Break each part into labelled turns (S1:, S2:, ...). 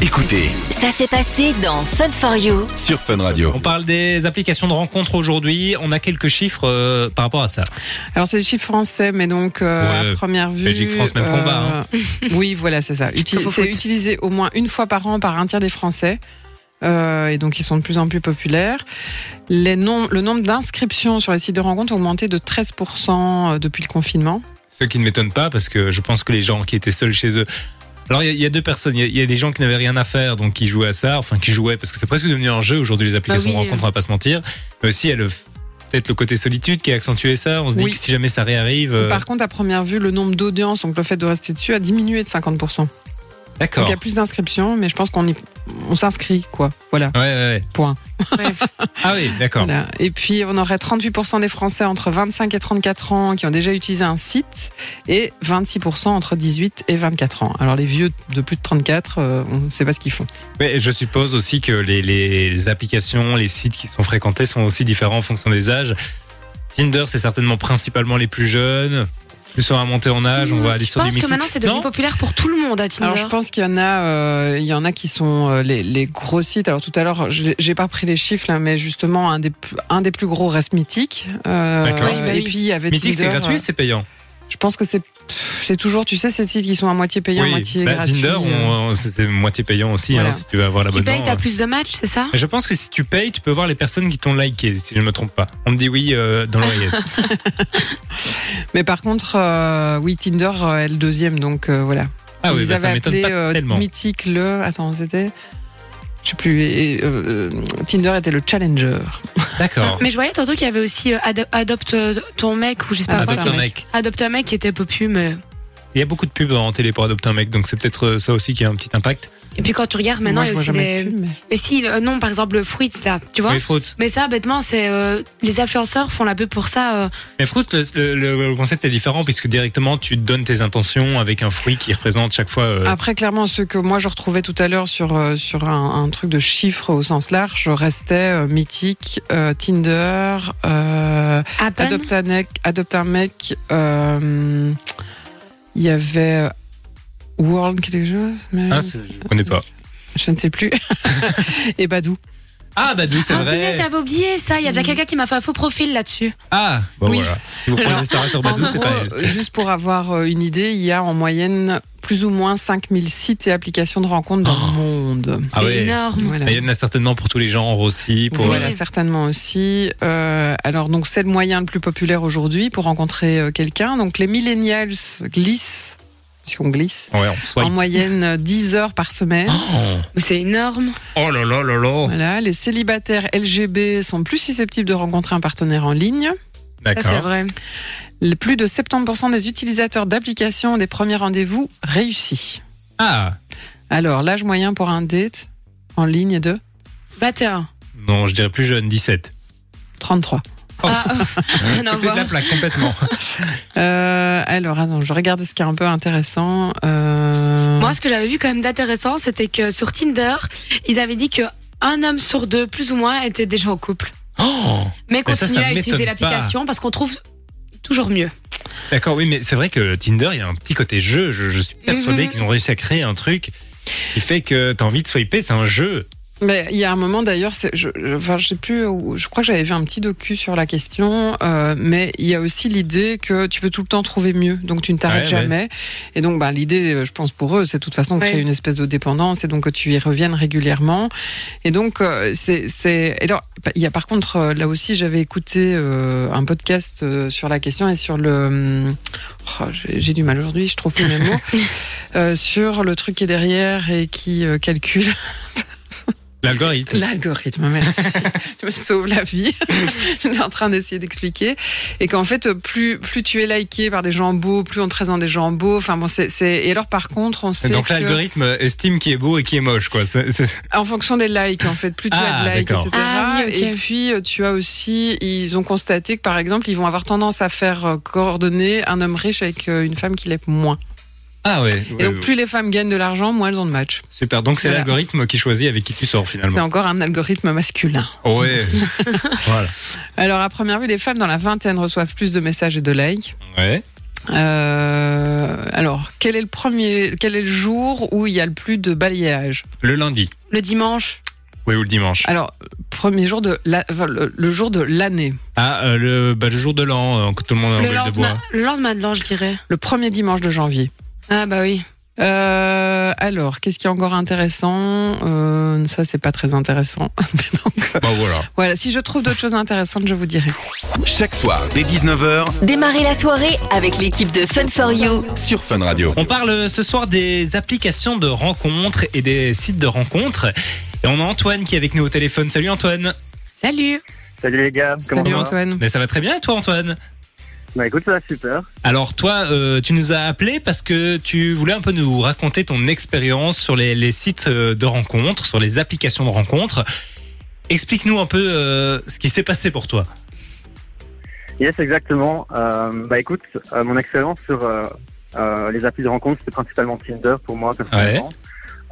S1: Écoutez
S2: Ça s'est passé dans Fun for You.
S1: sur Fun Radio.
S3: On parle des applications de rencontres aujourd'hui. On a quelques chiffres euh, par rapport à ça.
S4: Alors c'est des chiffres français, mais donc euh,
S3: Ouais,
S4: à première vue.
S3: Belgique, France, même combat, hein.
S4: euh, oui, voilà, c'est ça. Uti-
S2: Sauf au
S4: c'est
S2: foot.
S4: utilisé au moins une fois par an par un tiers des Français. Euh, et donc ils sont de plus en plus populaires. Les nom- le nombre d'inscriptions sur les sites de rencontres a augmenté de 13% euh, depuis le confinement.
S3: Ce qui ne m'étonne pas parce que je pense que les gens qui étaient seuls chez eux. Alors il y a- il y, a deux personnes. Il y a- il y, a des gens qui n'avaient rien à faire, donc qui jouaient à ça, enfin qui jouaient parce que c'est presque devenu un jeu aujourd'hui les applications
S2: Bah oui,
S3: de
S4: euh.
S3: rencontres, on va pas se mentir. Mais aussi il y a le peut-être le côté solitude qui a accentué ça. On se dit
S4: Oui.
S3: que si jamais ça réarrive. euh,
S4: Par contre, à première vue, le nombre d'audiences, donc le fait de rester dessus, a diminué de 50%. Donc il
S3: D'accord.
S4: y
S3: Ouais,
S4: a plus d'inscriptions, mais je pense qu'on y- on s'inscrit, quoi. Voilà,
S3: ouais, ouais.
S4: point.
S3: Ah oui, d'accord.
S4: Voilà. Et puis, on aurait 38% des Français entre 25 et 34 ans qui ont déjà utilisé un site et 26% entre 18 et 24 ans. Alors, les vieux de plus de 34, euh, on ne sait pas ce qu'ils font.
S3: Mais je suppose aussi que les, les applications, les sites qui sont fréquentés sont aussi différents en fonction des âges. Tinder, c'est certainement principalement les plus jeunes. Plus on va monter en âge, on va aller
S5: je
S3: sur
S5: pense
S3: des
S5: Hmm, que maintenant c'est devenu
S3: Non
S5: populaire pour tout le monde à Tinder.
S4: Alors, je pense qu'il y en a, euh, il y en a qui sont euh, les, les gros sites. Alors, tout à l'heure, j'ai j'ai pas pris les chiffres, là, mais justement, un des, plus- un des plus gros reste Mythique. Euh,
S3: D'accord.
S5: Oui, bah
S4: et
S5: oui.
S4: puis, il y avait
S3: Mythique, c'est
S4: Tinder,
S3: gratuit,
S4: euh,
S3: c'est payant.
S4: Je pense que c'est c'est toujours, tu sais, ces sites qui sont à moitié payants, à moitié
S3: bah,
S4: gratuits.
S3: Tinder,
S4: euh.
S3: on- on- c'est moitié payant aussi,
S4: Voilà.
S3: hein, si tu veux avoir
S5: tu payes,
S3: l'abonnement.
S5: t'as plus de matchs, c'est ça
S3: Mais Je pense que si tu payes, tu peux voir les personnes qui t'ont liké, si je ne me trompe pas. On me dit oui euh, dans l'oreillette.
S4: Mais par contre, euh, oui, Tinder euh, est le deuxième, donc euh, voilà.
S3: Ah oui,
S4: Ils
S3: bah, ça
S4: avaient
S3: m'étonne
S4: appelé
S3: pas
S4: euh,
S3: tellement.
S4: Mythique le. Attends, c'était. Je sais plus. et, euh, euh, Tinder était le challenger.
S3: D'accord.
S5: Mais je voyais tantôt qu'il y avait aussi euh, Ado- Adopte euh, ton mec ou je sais pas
S4: Ah,
S5: quoi.
S3: Adopte
S4: voilà.
S3: un mec.
S5: Adopte un mec qui était popu, mais.
S3: Il y a beaucoup de pubs en télé pour adopter un mec, donc c'est peut-être euh, ça aussi qui a un petit impact.
S5: Et puis quand tu regardes maintenant,
S4: Moi,
S5: il
S4: je
S5: y a
S4: vois
S5: aussi
S4: jamais de
S5: des.
S4: pub, mais-
S5: Mais si, le- non, par exemple, le Fruits là, tu vois.
S3: Mais Fruits,
S5: Mais ça, bêtement, c'est. euh, les influenceurs font la pub pour ça. euh,
S3: mais Fruits, le, le- le concept est différent puisque directement tu donnes tes intentions avec un fruit qui représente chaque fois. euh,
S5: Ah,
S4: Après, clairement, ce que moi je retrouvais tout à l'heure sur, euh, sur un, un truc de chiffres au sens large, je restais euh, mythique, euh, Tinder, euh,
S5: Happen.
S4: adopte, un mec, adopte un mec, euh, il y avait euh, World quelque chose, mais
S3: hein, c'est- je connais pas.
S4: je ne sais plus, et Badou.
S3: Ah bah d'où c'est
S5: Ah,
S3: vrai.
S5: punaise, j'avais oublié ça. Il y a déjà quelqu'un qui m'a fait un faux profil là-dessus.
S3: Ah bon,
S5: Oui.
S3: voilà. Si vous prenez Sarah sur
S4: En
S3: Badou, Bah, c'est
S4: gros, euh,
S3: pas elle.
S4: juste pour avoir euh, une idée, il y a en moyenne plus ou moins 5000 sites et applications de rencontres dans
S3: Oh.
S4: le monde.
S3: Ah
S5: c'est
S3: ouais.
S5: énorme.
S4: Voilà.
S3: Mais il y en a certainement pour tous les genres aussi. Pour,
S4: Voilà,
S3: euh,
S4: certainement aussi. Euh, alors, donc, c'est le moyen le plus populaire aujourd'hui pour rencontrer euh, quelqu'un. Donc, les millennials glissent, puisqu'on glisse,
S3: Ouais, on
S4: en
S3: swipe.
S4: moyenne euh, 10 heures par semaine.
S3: Oh,
S5: Mais C'est énorme.
S3: Oh là là là là.
S4: Voilà, les célibataires LGB sont plus susceptibles de rencontrer un partenaire en ligne.
S5: Ça, c'est
S3: D'accord.
S5: vrai.
S4: Les Plus de 70% des utilisateurs d'applications ont des premiers rendez-vous réussis.
S3: Ah
S4: Alors, l'âge moyen pour un date en ligne est de
S5: 21.
S3: non, je dirais plus jeune, 17.
S4: 33.
S5: Ah, rien à
S3: Côté de la
S5: voir.
S3: plaque complètement.
S4: Euh, alors, attends, je regarde ce qui est un peu intéressant. Euh,
S5: Moi, ce que j'avais vu quand même d'intéressant, c'était que sur Tinder, ils avaient dit que un homme sur deux, plus ou moins, était déjà en couple.
S3: Oh
S5: Mais
S3: Mais ça,
S5: continuez
S3: ça
S5: à utiliser
S3: m'étonne
S5: l'application parce qu'on trouve toujours mieux.
S3: D'accord, oui, mais c'est vrai que Tinder, il y a un petit côté jeu. Je, je suis persuadé
S5: Mhm.
S3: qu'ils ont réussi à créer un truc qui fait que t'as envie de swiper, c'est un jeu.
S4: Mais il y a un moment d'ailleurs, c'est- je, je, enfin, je sais plus, où- je crois que j'avais vu un petit docu sur la question, euh, mais il y a aussi l'idée que tu peux tout le temps trouver mieux, donc tu ne t'arrêtes
S3: Ouais,
S4: jamais. Et donc, bah, l'idée, euh, je pense pour eux, c'est de toute façon de
S5: Ouais.
S4: créer une espèce de dépendance et donc que tu y reviennes régulièrement. Et donc, euh, c'est, c'est, et alors, bah, il y a par contre, euh, là aussi, j'avais écouté euh, un podcast euh, sur la question et sur le, hum, oh, j'ai j'ai du mal aujourd'hui, je trouve plus mes mots, Euh, sur le truc qui est derrière et qui euh, calcule.
S3: L'algorithme.
S4: L'algorithme, merci. tu me sauves la vie. J'étais en train d'essayer d'expliquer. Et qu'en fait, plus, plus tu es liké par des gens beaux, plus on te présente des gens beaux. Enfin bon, c'est, c'est- Et alors, par contre, on sait.
S3: Donc
S4: que-
S3: l'algorithme estime qui est beau et qui est moche, quoi. C'est- c'est-
S4: en fonction des likes, en fait, plus tu
S3: Ah,
S4: as de likes,
S3: d'accord.
S4: etc.
S5: Ah oui, ok.
S4: Et puis, euh, tu as aussi, ils ont constaté que, par exemple, ils vont avoir tendance à faire euh, coordonner un homme riche avec euh, une femme qui l'est moins.
S3: Ah ouais.
S4: Et
S3: ouais,
S4: donc, plus les femmes gagnent de l'argent, moins elles ont de match.
S3: Super. Donc c'est
S4: Voilà.
S3: l'algorithme qui choisit avec qui tu sors
S4: C'est
S3: finalement.
S4: encore un algorithme masculin.
S3: Ouais. voilà.
S4: Alors, à première vue, les femmes dans la vingtaine reçoivent plus de messages et de likes.
S3: Ouais.
S4: Euh, alors, quel est le premier, quel est le jour où il y a le plus de balayage
S3: Le lundi,
S5: Le dimanche.
S3: oui, ou le dimanche.
S4: Alors, premier jour de la, enfin, le, le jour de l'année,
S3: Ah, euh, le, bah, le jour de l'an, euh, quand tout le monde est en
S5: Le
S3: gueule de bois.
S5: lendemain, le lendemain de l'an, je dirais.
S4: le premier dimanche de janvier.
S5: Ah bah oui.
S4: Euh, alors, qu'est-ce qui est encore intéressant Euh, Ça, c'est pas très intéressant. Mais donc, euh,
S3: Bah voilà.
S4: voilà, si je trouve d'autres choses intéressantes, je vous dirai.
S1: Chaque soir dès 19h
S2: Démarrez la soirée avec l'équipe de Fun for You.
S1: sur Fun Radio.
S3: On parle euh, ce soir des applications de rencontres et des sites de rencontres. Et on a Antoine qui est avec nous au téléphone. Salut Antoine.
S5: Salut.
S6: Salut les gars, comment
S4: Salut
S6: ça va
S4: Antoine.
S3: Mais ça va très bien et toi Antoine
S6: Bah écoute, ça va super.
S3: Alors toi, euh, tu nous as appelé parce que tu voulais un peu nous raconter ton expérience sur les, les sites euh, de rencontres, sur les applications de rencontres. Explique-nous un peu euh, ce qui s'est passé pour toi.
S6: Yes, exactement. Euh, bah écoute, euh, mon expérience sur euh, euh, les applis de rencontre, c'était principalement Tinder pour moi personnellement.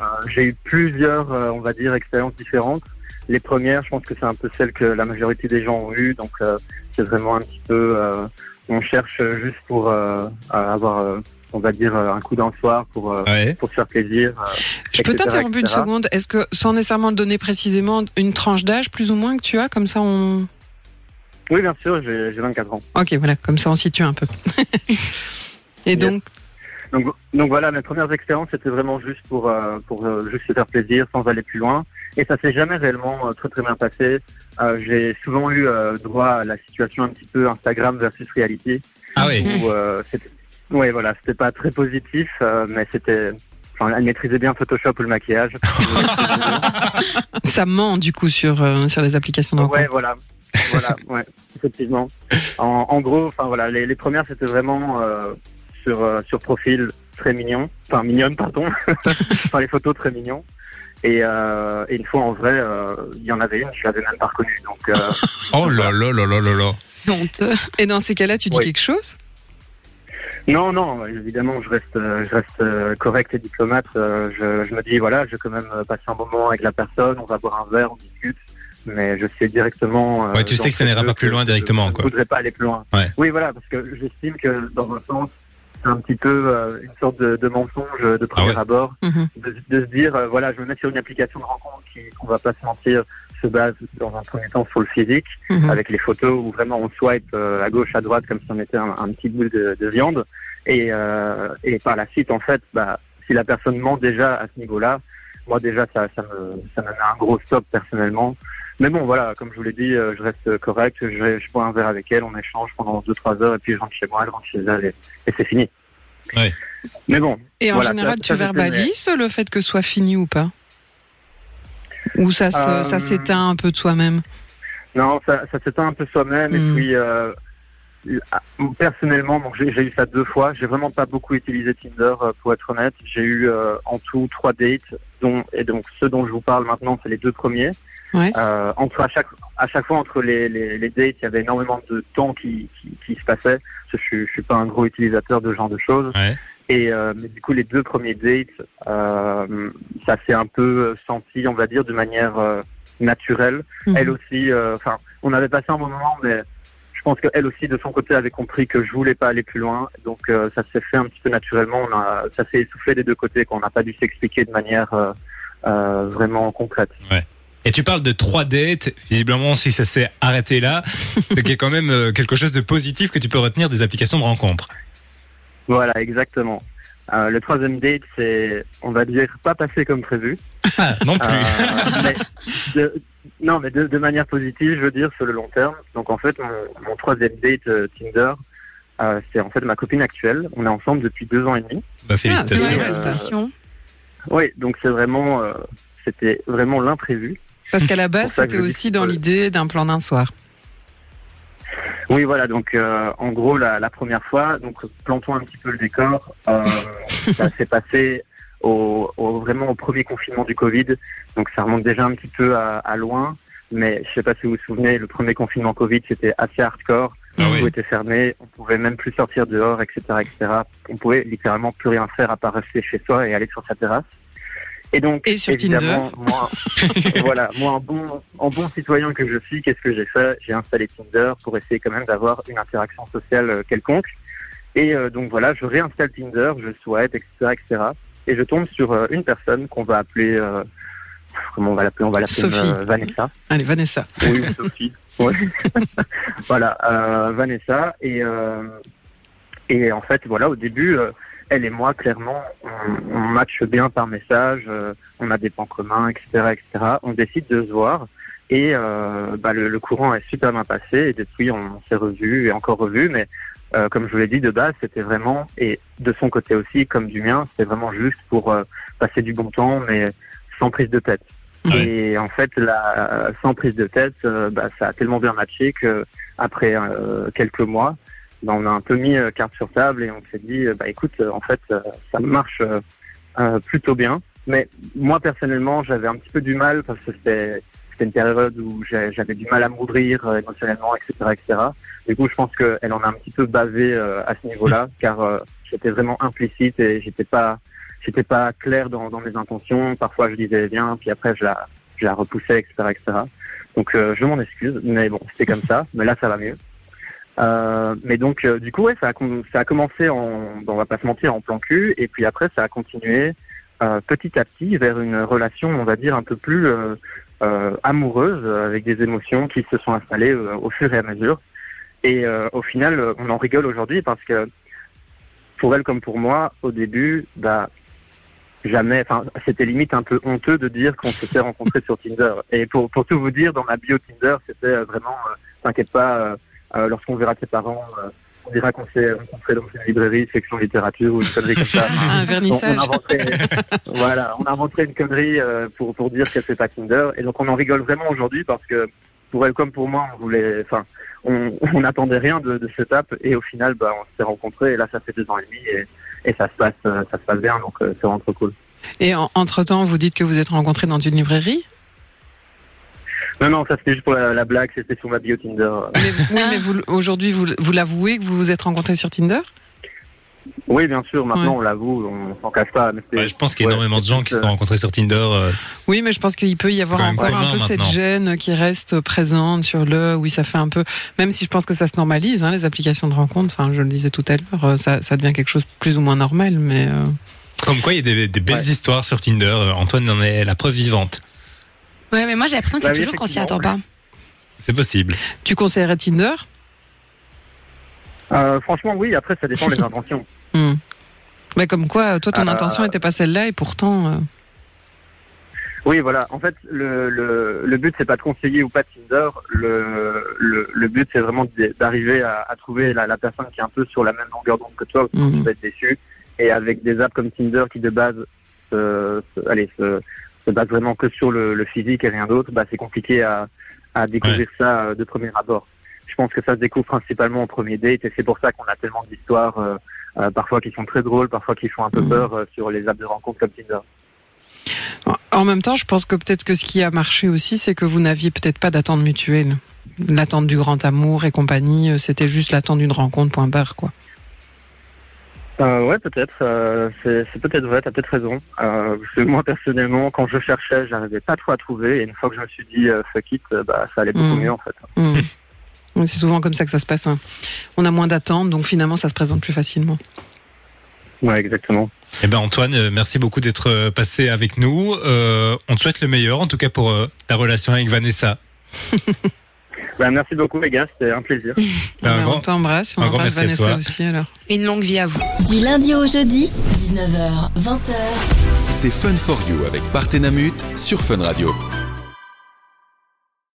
S6: Euh, J'ai eu plusieurs, euh, on va dire, expériences différentes. Les premières, je pense que c'est un peu celles que la majorité des gens ont eues, donc euh, c'est vraiment un petit peu, euh, on cherche juste pour euh, euh, avoir, euh, on va dire, euh, un coup d'un soir pour, euh,
S3: Ouais.
S6: pour se faire plaisir. euh,
S4: Je peux
S6: etc.,
S4: t'interrompre une
S6: etc..
S4: seconde Est-ce que, sans nécessairement donner précisément une tranche d'âge, plus ou moins que tu as, comme ça on.
S6: Oui, bien sûr, j'ai j'ai 24 ans.
S4: Ok, voilà, comme ça on situe un peu. Et donc,
S6: Donc, donc voilà, mes premières expériences, c'était vraiment juste pour, euh, pour euh, juste se faire plaisir, sans aller plus loin. Et ça s'est jamais réellement euh, très très bien passé. Euh, J'ai souvent eu euh, droit à la situation un petit peu Instagram versus reality,
S3: Ah ouais.
S6: où euh, c'était- ouais voilà, c'était pas très positif, euh, mais c'était, enfin, elle maîtrisait bien Photoshop ou le maquillage.
S4: ça ment du coup sur, euh, sur les applications de
S6: Ouais,
S4: rencontre.
S6: voilà. voilà, ouais, effectivement. En, en gros, enfin voilà, les, les premières c'était vraiment euh, sur euh, sur profil très mignon, enfin mignonne pardon, enfin les photos très mignon. Et, euh, et une fois en vrai, euh, il y en avait une, je l'avais même pas reconnue. Donc euh,
S3: Oh là là là là là là.
S5: C'est honteux.
S4: Et dans ces cas-là, tu dis
S6: Ouais.
S4: quelque chose
S6: non, non, évidemment, je reste euh, je reste euh, correct et diplomate. Euh, je, je me dis voilà, je vais quand même euh, passer un moment avec la personne, on va boire un verre, on discute. Mais je sais directement. euh,
S3: Ouais, tu sais
S6: dans
S3: que ça
S6: ce
S3: n'ira
S6: jeu
S3: pas plus
S6: que
S3: loin directement,
S6: Je
S3: quoi.
S6: ne voudrais pas aller plus loin.
S3: Ouais.
S6: Oui, voilà, parce que j'estime que dans un sens, c'est un petit peu euh, une sorte de, de mensonge de premier
S3: Ah ouais.
S6: abord,
S4: Mhm.
S6: de, de se dire euh, voilà, je me mets sur une application de rencontre qui, on va pas se mentir, se base dans un premier temps sur le physique,
S4: Mhm.
S6: avec les photos où vraiment on swipe euh, à gauche, à droite, comme si on était un, un petit bout de, de viande. Et, euh, et par la suite, en fait, bah, si la personne ment déjà à ce niveau-là, moi déjà, ça, ça, me, ça me met un gros stop personnellement. Mais bon, voilà, comme je vous l'ai dit, euh, je reste correct, je, je bois un verre avec elle, on échange pendant 2-3 heures, et puis je rentre chez moi, elle rentre chez elle, et, et c'est fini.
S3: Ouais.
S6: Mais bon,
S4: Et en
S6: Voilà,
S4: général,
S6: ça-
S4: tu
S6: ça, c'était-
S4: verbalises le fait que ce soit fini ou pas Ou ça se-
S6: Euh,
S4: ça s'éteint un peu de soi-même
S6: Non, ça, ça s'éteint un peu soi-même.
S4: Mm.
S6: Et puis, euh, personnellement, bon, j'ai j'ai eu ça deux fois. J'ai vraiment pas beaucoup utilisé Tinder, euh, pour être honnête. J'ai eu euh, en tout trois dates, dont, et donc ceux dont je vous parle maintenant, c'est les deux premiers.
S4: Ouais.
S6: Euh, entre à chaque à chaque fois entre les, les, les dates, il y avait énormément de temps qui, qui, qui se passait. Parce que Je, suis- je suis pas un gros utilisateur de ce genre de choses.
S3: Ouais.
S6: Et euh, mais du coup, les deux premiers dates, euh, ça s'est un peu euh, senti, on va dire, de manière euh, naturelle
S4: Mhm.
S6: elle aussi, euh, enfin, on avait passé un bon moment, mais je pense qu'elle aussi, de son côté, avait compris que je voulais pas aller plus loin. Donc, euh, ça s'est fait un petit peu naturellement. On a, ça s'est essoufflé des deux côtés, qu'on n'a pas dû s'expliquer de manière euh, euh, vraiment concrète.
S3: Et tu parles de trois dates. Visiblement, si ça s'est arrêté là, c'est qu'il y a quand même euh, quelque chose de positif que tu peux retenir des applications de rencontres.
S6: Voilà, exactement. Euh, le troisième date, c'est, on va dire, pas passé comme prévu.
S3: Ah, non plus.
S6: Euh, mais de- non, mais de, de manière positive, je veux dire, sur le long terme. Donc, en fait, mon, mon troisième date euh, Tinder, euh, c'est en fait ma copine actuelle. On est ensemble depuis deux ans et demi.
S3: Bah,
S4: Ah,
S3: félicitations.
S6: c'est
S5: Ouais,
S6: vrai.
S5: Félicitations.
S6: Oui, donc c'est vraiment, euh, c'était vraiment l'imprévu.
S4: Parce qu'à la base,
S6: pour ça que
S4: c'était
S6: je dis
S4: aussi dans
S6: que-
S4: l'idée d'un plan d'un soir.
S6: Oui, voilà, donc euh, en gros, la, la première fois, donc plantons un petit peu le décor, euh, ça s'est passé au, au- vraiment au premier confinement du Covid, donc ça remonte déjà un petit peu à, à loin, mais je sais pas si vous vous souvenez, le premier confinement Covid, c'était assez hardcore,
S3: Ah
S6: tout
S4: Mhm.
S3: oui.
S6: était fermé, on pouvait même plus sortir dehors, etc., etc. On pouvait littéralement plus rien faire à part rester chez soi et aller sur sa terrasse. Et donc,
S4: Et sur
S6: évidemment, moi, voilà, moi, en bon, en bon citoyen que je suis, qu'est-ce que j'ai fait J'ai installé Tinder pour essayer quand même d'avoir une interaction sociale euh, quelconque. Et euh, donc voilà, je réinstalle Tinder, je souhaite, etc., etc. Et je tombe sur euh, une personne qu'on va appeler, euh, comment on va l'appeler On va l'appeler
S4: Sophie.
S6: euh, Vanessa.
S4: Allez, Vanessa.
S6: Oui, Sophie. Ouais. voilà, euh, Vanessa. Et, euh, et en fait, voilà, au début, euh, elle et moi, clairement, on, on matche bien par message, euh, on a des points communs, etc., etc. On décide de se voir. Et euh, bah, le, le courant est super bien passé. Et depuis, on s'est revus et encore revus. Mais euh, comme je vous l'ai dit, de base, c'était vraiment, et de son côté aussi, comme du mien, c'était vraiment juste pour euh, passer du bon temps, mais sans prise de tête.
S3: Ouais.
S6: Et en fait, la, sans prise de tête, euh, bah, ça a tellement bien matché que après euh, quelques mois, bah, on a un peu mis euh, carte sur table et on s'est dit, euh, bah, écoute, euh, en fait, euh, ça marche euh, euh, plutôt bien. Mais moi, personnellement, j'avais un petit peu du mal parce que c'était c'était une période où j'ai- j'avais du mal à m'ouvrir euh, émotionnellement, etc., etc. Du coup, je pense qu'elle en a un petit peu bavé euh, à ce niveau-là, car euh, j'étais vraiment implicite et j'étais pas, j'étais pas clair dans, dans mes intentions. Parfois, je disais bien, puis après, je la, je la repoussais, etc., etc. Donc, euh, je m'en excuse, mais bon, c'était comme ça. Mais là, ça va mieux. Euh, mais donc, euh, du coup, ouais, ça a, com- ça a commencé en, bon, on va pas se mentir, en plan cul, et puis après, ça a continué euh, petit à petit vers une relation, on va dire, un peu plus euh, euh, amoureuse, euh, avec des émotions qui se sont installées euh, au fur et à mesure. Et euh, au final, euh, on en rigole aujourd'hui parce que pour elle comme pour moi, au début, bah, jamais, enfin, c'était limite un peu honteux de dire qu'on s'était rencontrés sur Tinder. Et pour, pour tout vous dire, dans ma bio Tinder, c'était euh, vraiment, euh, t'inquiète pas, euh, euh, lorsqu'on verra tes parents, euh, on dira qu'on s'est rencontrés dans une librairie, section littérature ou une connerie comme
S4: Un
S6: ça. Ah. On, on
S4: vernissage.
S6: inventerait, voilà, on inventerait une connerie euh, pour, pour dire que c'est pas Tinder. Et donc on en rigole vraiment aujourd'hui parce que pour elle comme pour moi, on voulait, enfin, on on n'attendait rien de, de cette app et au final, bah, on s'est rencontrés et là, ça fait deux ans et demi et, et ça se passe, euh, ça se passe bien, donc euh, c'est vraiment trop cool.
S4: Et en- entre-temps, vous dites que vous êtes rencontrés dans une librairie
S6: Non, non, ça c'était juste pour la, la blague, c'était sur ma bio Tinder.
S4: mais, vous-
S6: Ah.
S4: Oui, mais vous- aujourd'hui, vous, vous l'avouez que vous vous êtes rencontrés sur Tinder
S6: Oui, bien sûr, maintenant on l'avoue, on s'en cache pas. Mais c'était-
S3: Ouais, je pense qu'il y a
S6: ouais,
S3: énormément de gens qui se
S6: euh,
S3: sont rencontrés sur Tinder. euh,
S4: Oui, mais je pense qu'il peut y avoir
S3: Quand même
S4: encore
S3: commun
S4: un peu cette
S3: maintenant.
S4: gêne qui reste présente sur le. Oui, ça fait un peu. Même si je pense que ça se normalise, hein, les applications de rencontre. Enfin, je le disais tout à l'heure, euh, ça, ça devient quelque chose de plus ou moins normal, mais. euh,
S3: Comme quoi, il y a des, des belles
S6: Ouais.
S3: histoires sur Tinder. Euh, Antoine en est la preuve vivante.
S5: Ouais, mais moi j'ai l'impression que c'est
S6: Bah oui,
S5: toujours qu'on s'y attend
S6: effectivement,
S5: pas.
S3: C'est possible.
S4: Tu conseillerais Tinder
S6: euh, franchement, oui, après ça dépend des intentions.
S4: Hmm. Bah, comme quoi, toi, ton
S6: Euh,
S4: intention n'était pas celle-là, et pourtant. euh,
S6: Oui, voilà. En fait, le, le, le but, c'est pas de conseiller ou pas Tinder. Le, le, le but, c'est vraiment d- d'arriver à, à trouver la, la personne qui est un peu sur la même longueur d'onde que toi, ou sinon
S4: Mhm.
S6: tu vas être déçu. Et avec des apps comme Tinder qui, de base, se, se- allez, se, se basent vraiment que sur le, le physique et rien d'autre, bah, c'est compliqué à, à découvrir ça euh, de premier abord. Je pense que ça se découvre principalement en premier date, et c'est pour ça qu'on a tellement d'histoires, euh, euh, parfois qui sont très drôles, parfois qui font un peu
S4: Mhm.
S6: peur euh, sur les apps de rencontre comme Tinder.
S4: En- En même temps, je pense que peut-être que ce qui a marché aussi, c'est que vous n'aviez peut-être pas d'attente mutuelle. L'attente du grand amour et compagnie, euh, c'était juste l'attente d'une rencontre, point barre, quoi.
S6: Euh, ouais, peut-être. euh, c'est c'est peut-être vrai, t'as peut-être raison. Euh, parce que moi, personnellement, quand je cherchais, j'arrivais pas trop à trouver. Et une fois que je me suis dit euh, fuck it, euh, bah, ça allait beaucoup
S4: Mm.
S6: mieux en fait.
S4: Hmm. Oui, C'est souvent comme ça que ça se passe. hein. On a moins d'attentes, donc finalement, ça se présente plus facilement.
S6: Ouais, exactement.
S3: Eh ben Antoine, euh, merci beaucoup d'être euh, passé avec nous. Euh, on te souhaite le meilleur, en tout cas pour euh, ta relation avec Vanessa.
S6: Bah, merci beaucoup, les gars. C'était un plaisir.
S3: Ben, un
S4: Alors,
S3: grand-
S4: on t'embrasse, on
S3: un grand
S4: embrasse
S3: merci à
S4: Vanessa
S3: toi.
S4: aussi alors.
S5: Une longue vie à vous.
S2: Du lundi au jeudi, 19h, 20h.
S1: C'est Fun for You avec Partenamut sur Fun Radio.